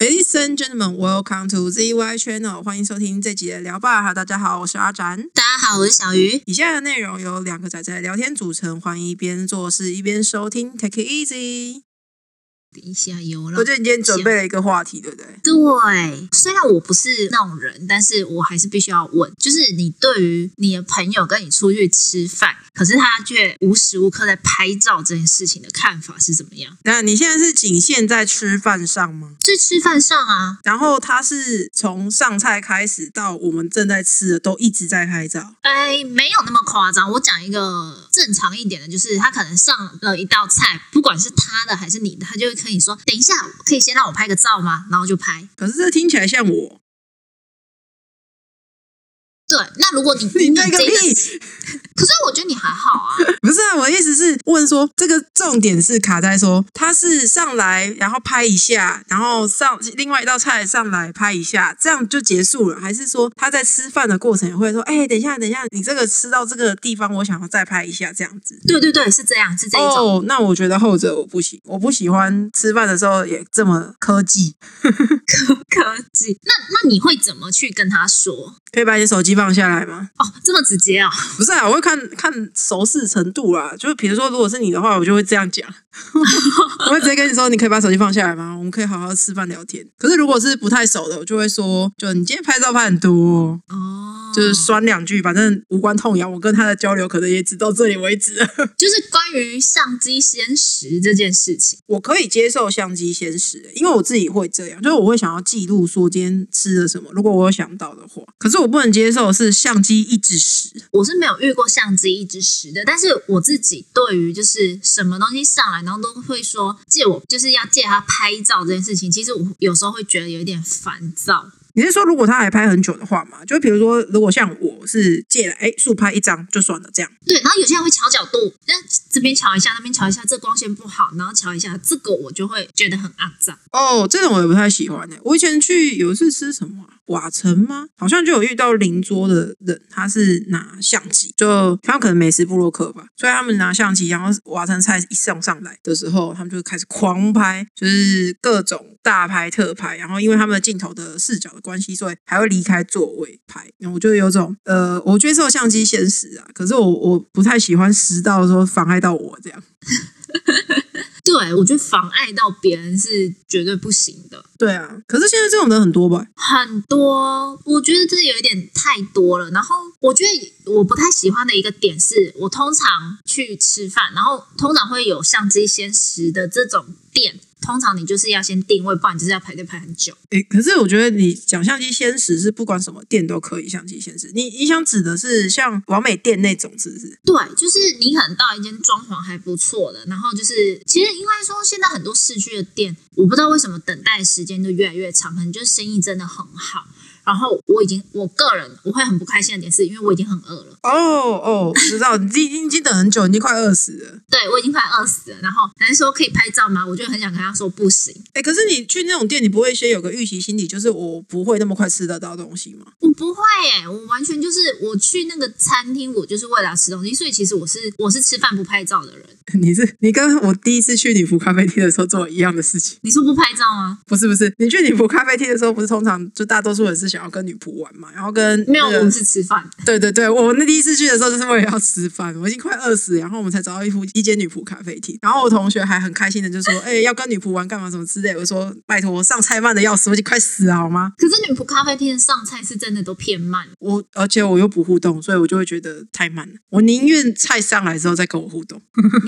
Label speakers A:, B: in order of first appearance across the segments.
A: Ladies and gentlemen, welcome to ZY Channel，欢迎收听这集的聊吧。Hello，大家好，我是阿展。
B: 大家好，我是小鱼。
A: 以下的内容由两个仔仔聊天组成，欢迎一边做事一边收听，Take it easy。
B: 等一下，有了
A: 我。觉得你今天准备了一个话题，对不对？
B: 对，虽然我不是那种人，但是我还是必须要问，就是你对于你的朋友跟你出去吃饭，可是他却无时无刻在拍照这件事情的看法是怎么样？
A: 那你现在是仅限在吃饭上吗？
B: 在吃饭上啊，
A: 然后他是从上菜开始到我们正在吃的都一直在拍照，
B: 哎，没有那么夸张。我讲一个正常一点的，就是他可能上了一道菜，不管是他的还是你的，他就会跟你说：“等一下，可以先让我拍个照吗？”然后就拍。
A: 可是这听起来像我，
B: 对，那如果你
A: 你
B: 你
A: 那个
B: 这
A: 屁！
B: 可是我觉得你还好啊。
A: 不是啊，我的意思是问说，这个重点是卡在说他是上来然后拍一下，然后上另外一道菜上来拍一下，这样就结束了，还是说他在吃饭的过程也会说，哎、等一下，等一下，你这个吃到这个地方，我想要再拍一下，这样子。
B: 对对对，是这样，是这一种。
A: 哦，那我觉得后者我不行，我不喜欢吃饭的时候也这么科技，
B: 科技。那那你会怎么去跟他说？
A: 可以把你的手机放下来吗？
B: 哦，这么直接啊、哦？
A: 不是啊，我会看看熟识程度啦。就是比如说，如果是你的话，我就会这样讲， 我会直接跟你说，你可以把手机放下来吗？我们可以好好吃饭聊天。可是如果是不太熟的，我就会说，就你今天拍照拍很多，
B: 哦，
A: 就是酸两句，反正无关痛痒。我跟他的交流可能也只到这里为止了。
B: 就是关于相机先食这件事情。
A: 我可以接受相机先食，因为我自己会这样，就是我会想要记录说今天吃了什么，如果我有想到的话。可是我不能接受的是相机一直食，
B: 我是没有遇过相机一直食的，但是我自己对于就是什么东西上来，然后都会说借我，就是要借他拍照这件事情，其实我有时候会觉得有一点烦躁。
A: 你是说，如果他还拍很久的话嘛？就比如说，如果像我是借了，哎，速拍一张就算了，这样。
B: 对，然后有些人会调角度，那这边瞧一下，那边瞧一下，这光线不好，然后瞧一下这个，我就会觉得很肮脏。
A: 哦，这种我也不太喜欢诶、我以前去有一次吃什么啊、瓦城吗？好像就有遇到邻桌的人，他是拿相机，就他们可能美食部落客吧，所以他们拿相机，然后瓦城菜一上上来的时候，他们就开始狂拍，就是各种大拍特拍。然后因为他们的镜头的视角的关系，所以还会离开座位拍。然后我就有种呃，我接受相机先食啊，可是我我不太喜欢食到说妨碍到我这样。
B: 对，我觉得妨碍到别人是绝对不行的。
A: 对啊，可是现在这种人很多吧？
B: 很多，我觉得这有一点太多了。然后我觉得我不太喜欢的一个点是，我通常去吃饭，然后通常会有相机先食的这种店，通常你就是要先定位，不然你就是要排队排很久。
A: 诶，可是我觉得你讲相机先食是不管什么店都可以相机先食。你你想指的是像完美店那种，是不是？
B: 对，就是你可能到一间装潢还不错的，然后就是其实应该说现在很多市区的店，我不知道为什么等待时间就越来越长，可能就是生意真的很好。然后我已经，我个人我会很不开心的点是，因为我已经很饿了。
A: 哦哦，知道，你已经已经等很久，你已经快饿死了。
B: 对我已经快饿死了，然后男生说可以拍照吗？我就很想跟他说不行，
A: 诶，可是你去那种店，你不会先有个预期心理，就是我不会那么快吃得到东西吗？
B: 我不会耶、我完全就是我去那个餐厅，我就是为了要吃东西，所以其实我是我是吃饭不拍照的人。
A: 你是你跟我第一次去女仆咖啡厅的时候做一样的事情，
B: 你说不拍照吗？
A: 不是不是？你去女仆咖啡厅的时候，不是通常就大多数人是想要跟女仆玩嘛，然后跟
B: 没有，
A: 那个
B: 我们是吃饭。
A: 对对对，我那第一次去的时候就是为了要吃饭，我已经快饿死了，然后我们才找到一副一间女仆咖啡厅。然后我同学还很开心的就说：“哎、要跟女仆玩干嘛什么之类。”我说：“哎拜托，上菜慢的要死，我已经快死了好吗
B: 可是女仆咖啡厅的上菜是真的都偏慢，？”
A: 我而且我又不互动，所以我就会觉得太慢了。我宁愿菜上来之后再跟我互动。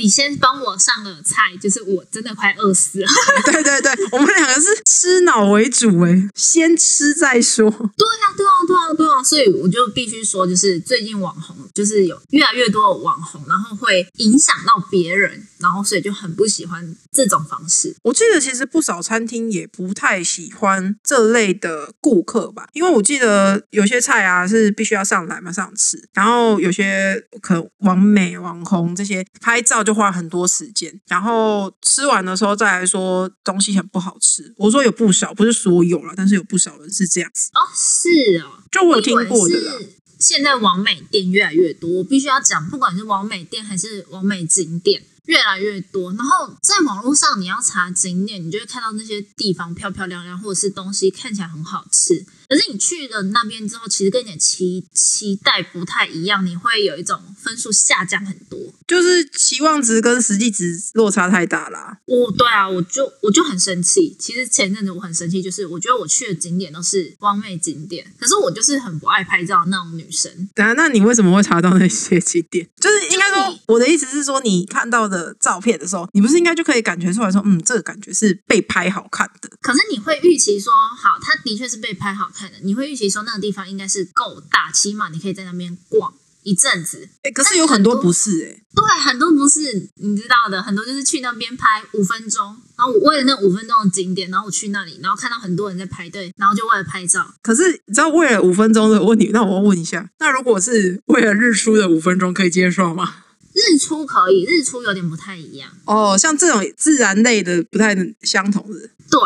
B: 你先帮我上个菜，就是我真的快饿死了。
A: 对对对，我们两个是吃脑为主诶，先吃再说。
B: 对啊，对啊，对啊，对啊，所以我就必须说，就是最近网红就是有越来越多的网红，然后会影响到别人，然后所以就很不喜欢这种方式。
A: 我记得其实不少餐厅也不太喜欢这类的顾客吧，因为我记得有些菜啊是必须要上来马上吃，然后有些可能网美、网红这些拍照就花很多时间，然后吃完的时候再来说东西很不好吃。我说有不少，不是所有啦，但是有不少人是这样子，
B: 哦，是哦，
A: 就我有
B: 我
A: 听过的啦。。
B: 现在网美店越来越多，我必须要讲，不管是网美店还是网美景点，越来越多。然后在网络上你要查景点，你就会看到那些地方漂漂亮亮，或者是东西看起来很好吃。可是你去了那边之后，其实跟你的期期待不太一样，你会有一种分数下降很多。
A: 就是期望值跟实际值落差太大啦。
B: 我对啊，我就我就很生气。其实前阵子我很生气，就是我觉得我去的景点都是光妹景点，可是我就是很不爱拍照的那种女生。
A: 等一下，那你为什么会查到那些景点？就是应该
B: 就是
A: 说
B: 你，
A: 我的意思是说，你看到的照片的时候，你不是应该就可以感觉出来说，嗯，这个感觉是被拍好看的。
B: 可是你会预期说，好，它的确是被拍好看的，你会预期说那个地方应该是够大，起码你可以在那边逛一阵子。
A: 哎、可是有很多不是哎、
B: 对，很多不是你知道的，很多就是去那边拍五分钟，然后我为了那五分钟的景点，然后我去那里，然后看到很多人在排队，然后就为了拍照。
A: 可是你知道，为了五分钟的问题，那我要问一下，那如果是为了日出的五分钟，可以接受吗？
B: 日出可以，日出有点不太一样。
A: 哦，像这种自然类的不太能相同的
B: 对，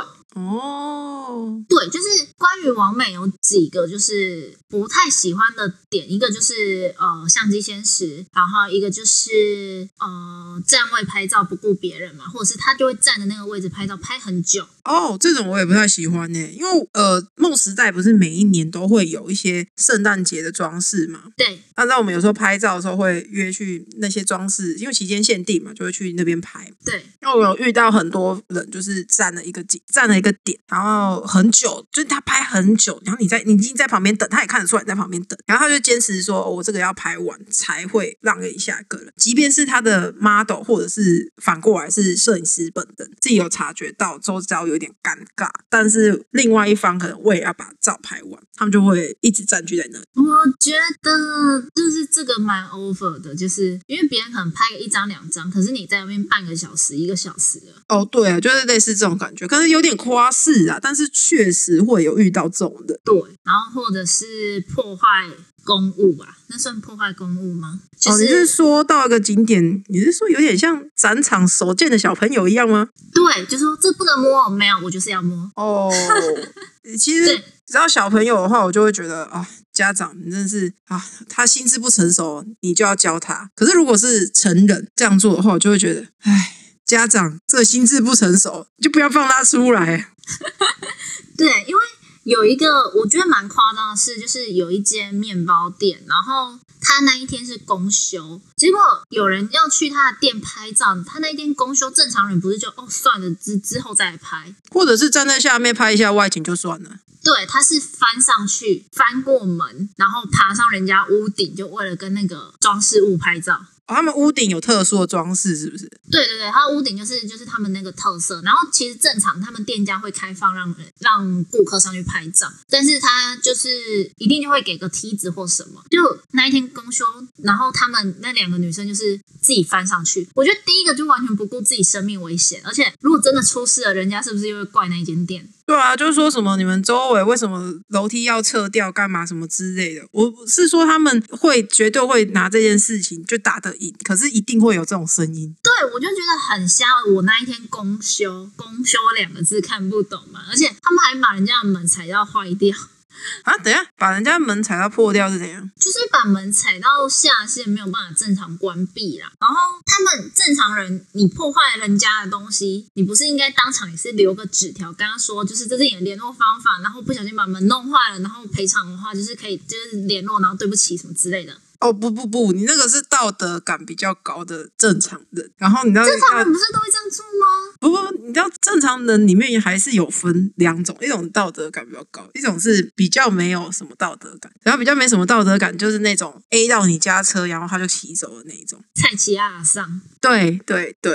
A: 哦。
B: 对，就是关于王美有几个就是不太喜欢的点，一个就是呃相机先实，然后一个就是呃站位拍照不顾别人嘛，或者是他就会站的那个位置拍照拍很久。
A: 哦，这种我也不太喜欢呢、因为呃，梦时代不是每一年都会有一些圣诞节的装饰嘛？
B: 对
A: 那在我们有时候拍照的时候会约去那些装饰，因为期间限定嘛，就会去那边拍。
B: 对
A: 因为我有遇到很多人，就是站了一个景，站了一个点，然后很久，就是他拍很久，然后你在你已经在旁边等，他也看得出来你在旁边等，然后他就坚持说，哦我这个要拍完才会让给下一个人，即便是他的 model 或者是反过来是摄影师本人自己有察觉到周遭有点尴尬，但是另外一方可能为了要把照拍完，他们就会一直占据在那里。
B: 我觉得就是这个蛮 over 的，就是因为别人可能拍个一张两张，可是你在那边半个小时一个小时了。
A: 哦，对啊，就是类似这种感觉，可能有点夸饰啊，但是确实会有遇到这种人。
B: 对，然后或者是破坏公物吧，那算破坏公物吗？就
A: 哦，你是说到一个景点，你是说有点像展场手见的小朋友一样吗？
B: 对，就说这不能摸，没有，我就是要摸。
A: 哦， 其实
B: 对
A: 只要小朋友的话，我就会觉得啊，家长你真的是啊，他心智不成熟，你就要教他。可是如果是成人这样做的话，我就会觉得，唉，家长这心智不成熟，就不要放他出来。
B: 对，因为有一个我觉得蛮夸张的事，就是有一间面包店，然后他那一天是公休，结果有人要去他的店拍照，他那一天公休，正常人不是就哦算了，之之后再来拍。
A: 或者是站在下面拍一下外景就算了。
B: 对，他是翻上去，翻过门，然后爬上人家屋顶，就为了跟那个装饰物拍照。
A: 哦、他们屋顶有特殊的装饰，是不是？
B: 对对对，它的屋顶就是就是他们那个特色。然后其实正常他们店家会开放让人让顾客上去拍照，但是他就是一定就会给个梯子或什么。就那一天公休，然后他们那两个女生就是自己翻上去。我觉得第一个就完全不顾自己生命危险，而且如果真的出事了，人家是不是又会怪那一间店？
A: 对啊，就是说什么你们周围为什么楼梯要撤掉，干嘛什么之类的。我是说他们会绝对会拿这件事情就打得赢，可是一定会有这种声音。
B: 对，我就觉得很瞎。我那一天公休，公休两个字看不懂嘛，而且他们还把人家的门踩到坏掉。
A: 啊，等一下把人家门踩到破掉是怎样？
B: 就是把门踩到下线，没有办法正常关闭啦。然后他们正常人，你破坏人家的东西，你不是应该当场也是留个纸条，跟他说，就是这是你的联络方法，然后不小心把门弄坏了，然后赔偿的话就是可以就是联络，然后对不起什么之类的。
A: 哦，不不不，你那个是道德感比较高的正常人。然后你知道
B: 正常
A: 要
B: 人不是都会这样做吗？
A: 不不，不你知道正常人里面还是有分两种，一种道德感比较高，一种是比较没有什么道德感。然后比较没什么道德感，就是那种 A 到你家车，然后他就骑走的那一种。
B: 蔡奇亚上，
A: 对对对，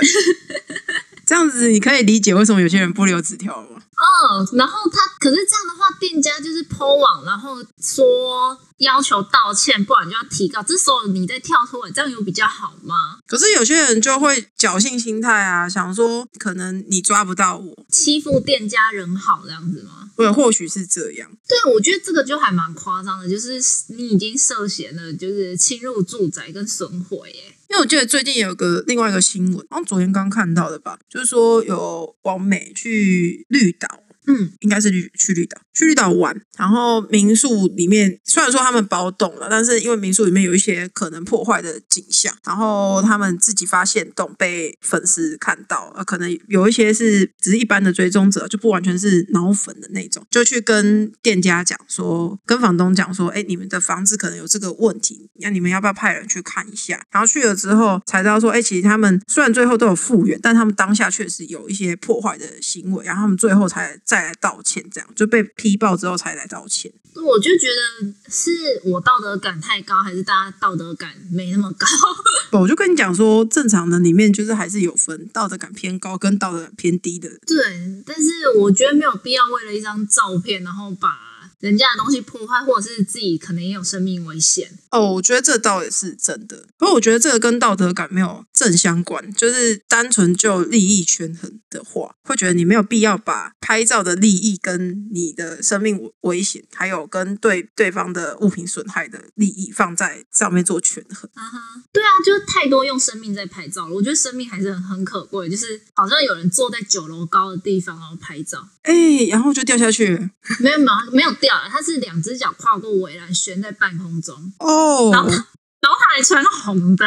A: 这样子你可以理解为什么有些人不留纸条了吗？
B: 哦，然后他可是这样的话，店家就是抛网，然后说要求道歉，不然就要提告。这时候你再跳出来，这样有比较好吗？
A: 可是有些人就会侥幸心态啊，想说可能你抓不到我，
B: 欺负店家人好这样子吗？
A: 对，或许是这样。
B: 对，我觉得这个就还蛮夸张的，就是你已经涉嫌了，就是侵入住宅跟损毁耶。
A: 因为我记得最近有个另外一个新闻，好像昨天刚看到的吧，就是说有网美去绿岛。
B: 嗯，
A: 应该是绿去绿岛，去绿岛玩。然后民宿里面虽然说他们包栋了，但是因为民宿里面有一些可能破坏的景象，然后他们自己发现洞被粉丝看到，呃，可能有一些是只是一般的追踪者，就不完全是脑粉的那种，就去跟店家讲说，跟房东讲说，哎，你们的房子可能有这个问题，那你们要不要派人去看一下？然后去了之后才知道说，哎，其实他们虽然最后都有复原，但他们当下确实有一些破坏的行为，然后他们最后才再来道歉，这样就被批爆之后才来道歉。
B: 我就觉得是我道德感太高，还是大家道德感没那么高？
A: 我就跟你讲说，正常的里面就是还是有分道德感偏高跟道德感偏低的。
B: 对，但是我觉得没有必要为了一张照片，然后把人家的东西破坏，或者是自己可能也有生命危险。
A: 哦，我觉得这倒也是真的，不过我觉得这个跟道德感没有正相关，就是单纯就利益权衡的话，会觉得你没有必要把拍照的利益跟你的生命危危险，还有跟对对方的物品损害的利益放在上面做权衡。
B: 啊哈，对啊，就是太多用生命在拍照了。我觉得生命还是很很可贵，就是好像有人坐在九楼高的地方然后拍照，
A: 哎，然后就掉下去了
B: 没有没有没有掉了，他是两只脚跨过围栏悬在半空中，
A: 哦
B: 然后他然后他还穿红的。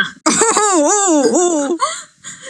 A: 哦哦 哦，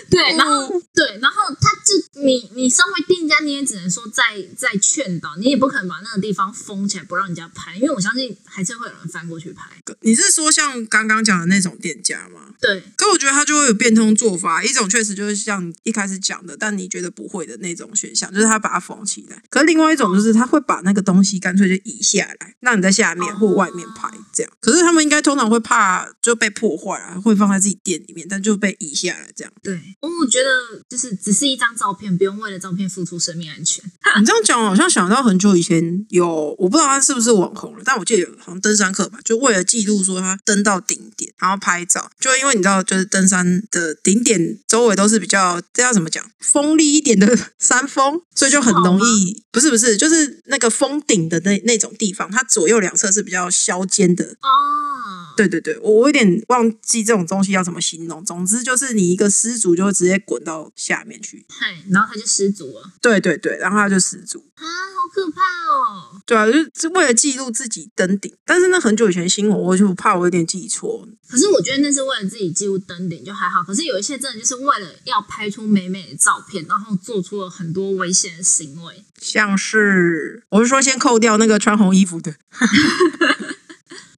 B: 对，然后、
A: 哦
B: 对，然后他就你你身为店家，你也只能说再再劝导，你也不可能把那个地方封起来不让人家拍，因为我相信还是会有人翻过去拍。
A: 你是说像刚刚讲的那种店家吗？
B: 对，
A: 可我觉得他就会有变通做法，一种确实就是像你一开始讲的，但你觉得不会的那种选项，就是他把它缝起来。可是另外一种就是他会把那个东西干脆就移下来，让你在下面或外面拍这样。可是他们应该通常会怕就被破坏啊，会放在自己店里面，但就被移下来这样。
B: 对，我觉得就是只是一张照片，不用为了照片付出生命安全。
A: 啊你这样讲，好像想到很久以前有，我不知道他是不是网红了，但我记得有好像登山客吧，就为了记录说他登到顶点，然后拍照，就因为你知道，就是登山的顶点周围都是比较这要怎么讲，锋利一点的 山峰，所以就很容易，不是不是，就是那个峰顶的那那种地方，它左右两侧是比较削尖的，
B: 哦，
A: 对对对，我我有点忘记这种东西要怎么形容，总之就是你一个失足就会直接滚到下面去，
B: 嗨，然后他就失足了
A: 对对对，然后他就失足。
B: 啊，好可怕哦！
A: 对啊，就是是为了记录自己登顶，但是那很久以前新闻，我就怕我有点记错。
B: 可是我觉得那是为了自己记录登顶就还好，可是有一些真的就是为了要拍出美美的照片，然后做出了很多危险的行为。
A: 像是我是说，先扣掉那个穿红衣服的，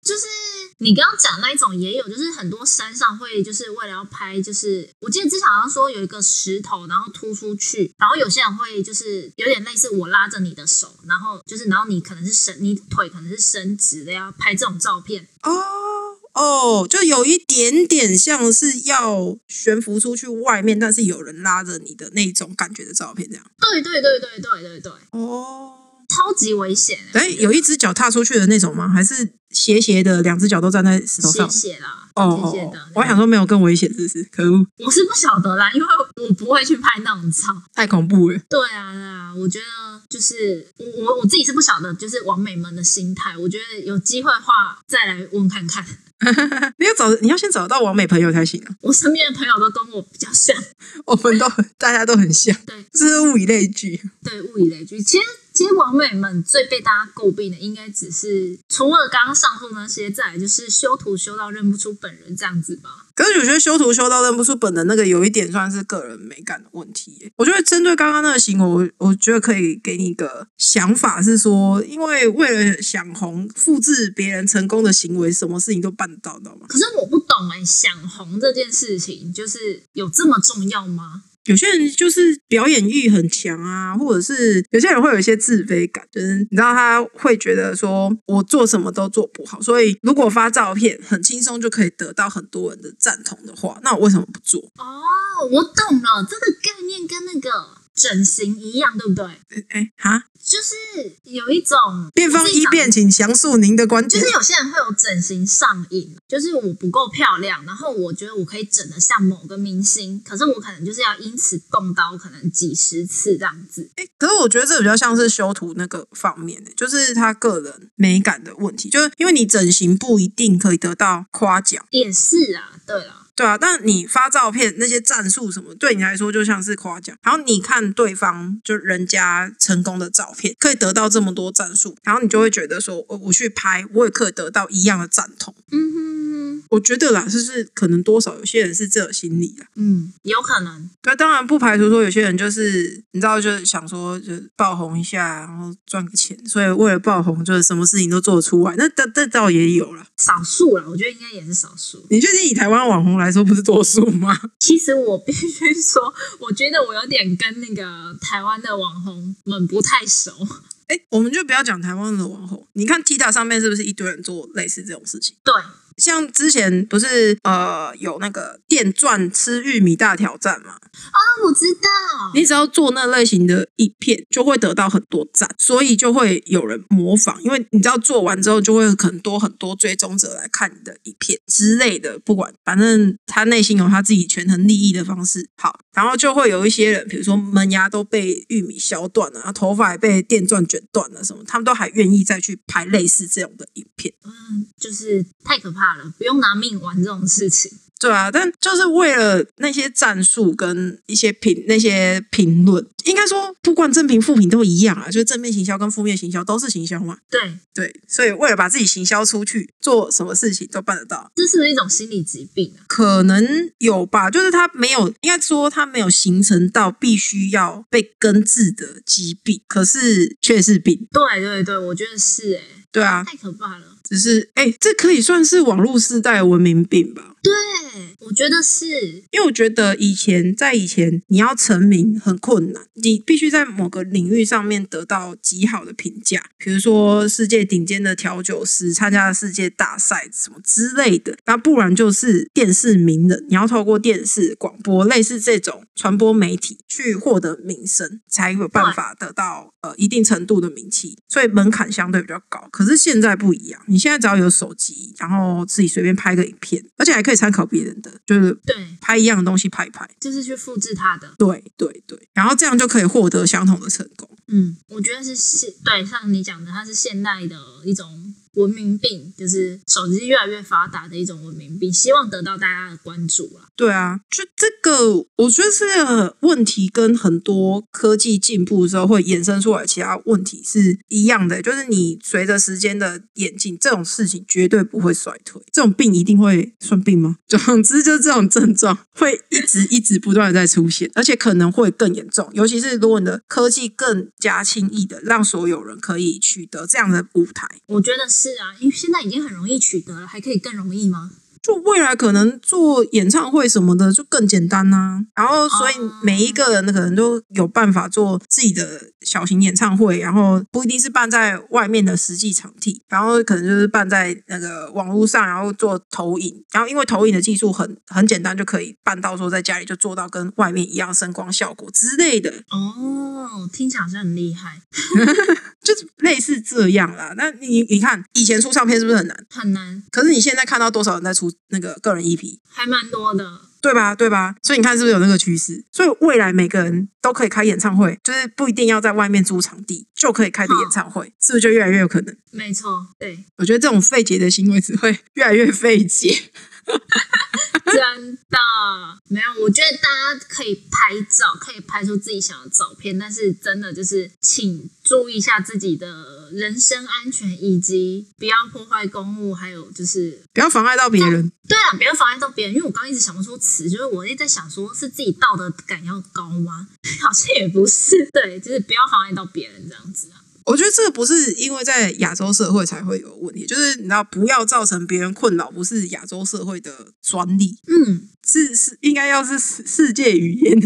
B: 就是你刚刚讲那一种也有，就是很多山上会就是为了要拍，就是我记得之前好像说有一个石头，然后突出去，然后有些人会就是有点类似我拉着你的手，然后就是然后你可能是伸，你腿可能是伸直的，要拍这种照片。
A: 哦哦，就有一点点像是要悬浮出去外面，但是有人拉着你的那种感觉的照片，这样
B: 对对对对对对对，
A: 哦。
B: 超级危险、欸，
A: 哎，有一只脚踏出去的那种吗？还是斜斜的，两只脚都站在石头上
B: 谢？谢啦，
A: 哦
B: 谢谢
A: 哦，
B: 的啊
A: 哦。我还想说没有更危险，是不是？可恶，
B: 我是不晓得啦，因为我不会去拍那种照。
A: 太恐怖了。
B: 对啊，对啊，我觉得就是我我我自己是不晓得，就是王美们的心态。我觉得有机会的话再来问看看。
A: 你要找，你要先找到完美朋友才行啊。
B: 我身边的朋友都跟我比较像，
A: 我们都很，大家都很像，
B: 对，
A: 这是物以类聚。
B: 对，物以类聚。其实，其实王美们最被大家诟病的，应该只是除了刚刚上述那些，再来就是修图修到认不出本人这样子吧。
A: 可是我觉得修图修到认不出本的那个，有一点算是个人美感的问题耶。我觉得针对刚刚那个行为，我我觉得可以给你一个想法，是说，因为为了想红，复制别人成功的行为，什么事情都办得到，知道吗？
B: 可是我不懂哎、想红这件事情，就是有这么重要吗？
A: 有些人就是表演欲很强啊，或者是有些人会有一些自卑感，就是你知道他会觉得说我做什么都做不好，所以如果发照片很轻松就可以得到很多人的赞同的话，那我为什么不做？
B: 哦，我懂了，这个概念跟那个整形一样，对不对？
A: 哎哈，
B: 就是有一种
A: 辩方一辩，请详述您的观
B: 就
A: 点
B: 是。有些人会有整形上瘾，就是我不够漂亮，然后我觉得我可以整得像某个明星，可是我可能就是要因此动刀，可能几十次这样子。
A: 哎可是我觉得这比较像是修图那个方面的，就是他个人美感的问题，就是因为你整形不一定可以得到夸奖。
B: 也是啊，对啦，
A: 对啊，但你发照片那些战术什么，对你来说就像是夸奖。然后你看对方就人家成功的照片，可以得到这么多战术，然后你就会觉得说，哦我我去拍，我也可以得到一样的赞同。
B: 嗯哼
A: 我觉得啦，就是可能多少有些人是这种心理啦。
B: 嗯，有可能，
A: 对，当然不排除说有些人就是你知道，就是想说就是爆红一下，然后赚个钱，所以为了爆红，就是什么事情都做得出来。那这这倒也有啦。
B: 少数啦，我觉得应该也是少数。
A: 你确定以台湾网红来说不是多数吗？
B: 其实我必须说，我觉得我有点跟那个台湾的网红们不太熟。
A: 哎，我们就不要讲台湾的网红，你看 Tita 上面是不是一堆人做类似这种事情？
B: 对，
A: 像之前不是呃有那个电钻吃玉米大挑战嘛？
B: 那我知道，
A: 你只要做那类型的影片，就会得到很多赞，所以就会有人模仿，因为你知道做完之后就会很多很多追踪者来看你的影片之类的，不管反正他内心有他自己权衡利益的方式。好，然后就会有一些人，比如说门牙都被玉米削断了，然后头发也被电钻卷断了，什么，他们都还愿意再去拍类似这种的影片。
B: 嗯，就是太可怕了，不用拿命玩这种事情。
A: 对啊，但就是为了那些战术跟一些评那些评论，应该说不管正评负评都一样啊，就是正面行销跟负面行销都是行销嘛。
B: 对，
A: 对，所以为了把自己行销出去，做什么事情都办得到。
B: 这是不是一种心理疾病啊？
A: 可能有吧，就是他没有，应该说他没有形成到必须要被根治的疾病，可是却是病。
B: 对对对，我觉得是哎、
A: 对啊，
B: 太可怕了。
A: 只是哎，这可以算是网络时代的文明病吧。
B: 对，我觉得是，
A: 因为我觉得以前在以前，你要成名很困难，你必须在某个领域上面得到极好的评价，比如说世界顶尖的调酒师参加世界大赛什么之类的，那不然就是电视名人，你要透过电视、广播类似这种传播媒体去获得名声，才有办法得到呃一定程度的名气，所以门槛相对比较高。可是现在不一样，你现在只要有手机，然后自己随便拍个影片，而且还可以参考别人的，就是
B: 对，
A: 拍一样的东西拍一拍。
B: 就是去复制他的。
A: 对对对，然后这样就可以获得相同的成功。
B: 嗯，我觉得是现对，像你讲的，它是现代的一种文明病，就是手机越来越发达的一种文明病，希望得到大家的关注啊。
A: 对啊，就这个，我觉得这个问题跟很多科技进步之后会衍生出来其他问题是一样的，就是你随着时间的演进，这种事情绝对不会衰退，这种病一定会算病吗？ 总之，就是这种症状会一直一直不断的在出现，而且可能会更严重，尤其是如果你的科技更加轻易的让所有人可以取得这样的舞台，
B: 我觉得是啊，因为现在已经很容易取得了，还可以更容易吗？
A: 就未来可能做演唱会什么的就更简单呐、然后，所以每一个人可能都有办法做自己的小型演唱会，然后不一定是办在外面的实际场地，然后可能就是办在那个网络上，然后做投影，然后因为投影的技术很很简单，就可以办到说在家里就做到跟外面一样声光效果之类的，
B: 哦，听起来好像很厉害，
A: 就是类似这样啦。那你你看以前出唱片是不是很难？
B: 很难，
A: 可是你现在看到多少人在出那个个人 E EP？
B: 还蛮多的。
A: 对吧？对吧？所以你看是不是有那个趋势？所以未来每个人都可以开演唱会，就是不一定要在外面租场地就可以开的演唱会，是不是就越来越有可能？
B: 没错，对，
A: 我觉得这种费解的行为只会越来越费解。
B: 真的没有。我觉得大家可以拍照，可以拍出自己想要的照片，但是真的就是请注意一下自己的人身安全，以及不要破坏公物，还有就是。
A: 不要妨碍到别人，
B: 对啊，不要妨碍到别人，因为我刚刚一直想不出词，就是我一直在想说，是自己道德感要高吗？ 好像也不是，对，就是不要妨碍到别人这样子啊。
A: 我觉得这个不是因为在亚洲社会才会有问题，就是你知道，不要造成别人困扰，不是亚洲社会的专利，
B: 嗯，
A: 是是应该要是世世界语言。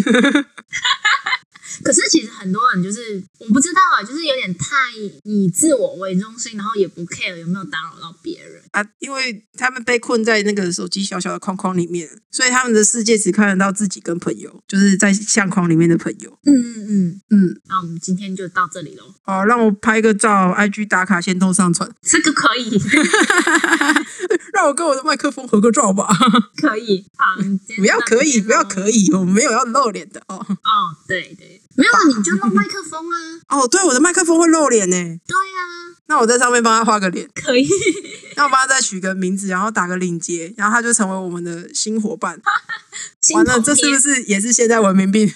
B: 可是其实很多人就是我不知道啊，就是有点太以自我为中心，然后也不 care 有没有打扰到别人。
A: 啊，因为他们被困在那个手机小小的框框里面，所以他们的世界只看得到自己跟朋友，就是在相框里面的朋友。
B: 嗯嗯嗯，
A: 嗯，
B: 那我们今天就到这里喽。
A: 哦，让我拍个照，IG 打卡先都上传，
B: 这个可以，
A: 让我跟我的麦克风合个照吧。
B: 可以。好，
A: 不要可以，不要
B: 以。
A: 可以，我没有要露脸的哦。
B: 哦，对对，没有啊，你就弄麦克风啊，
A: 哦，对，我的麦克风会露脸呢、
B: 对啊，
A: 那我在上面帮他画个脸，
B: 可 以，
A: 那我帮他再取个名字，然后打个领结，然后他就成为我们的新伙伴。
B: 心
A: 完了，
B: 头
A: 这是
B: 贴
A: 不是也是现代文明病？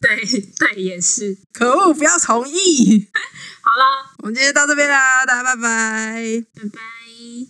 B: 对对也是。
A: 可恶，不要从意。
B: 好啦，
A: 我们今天到这边啦，大家拜拜。
B: 拜拜。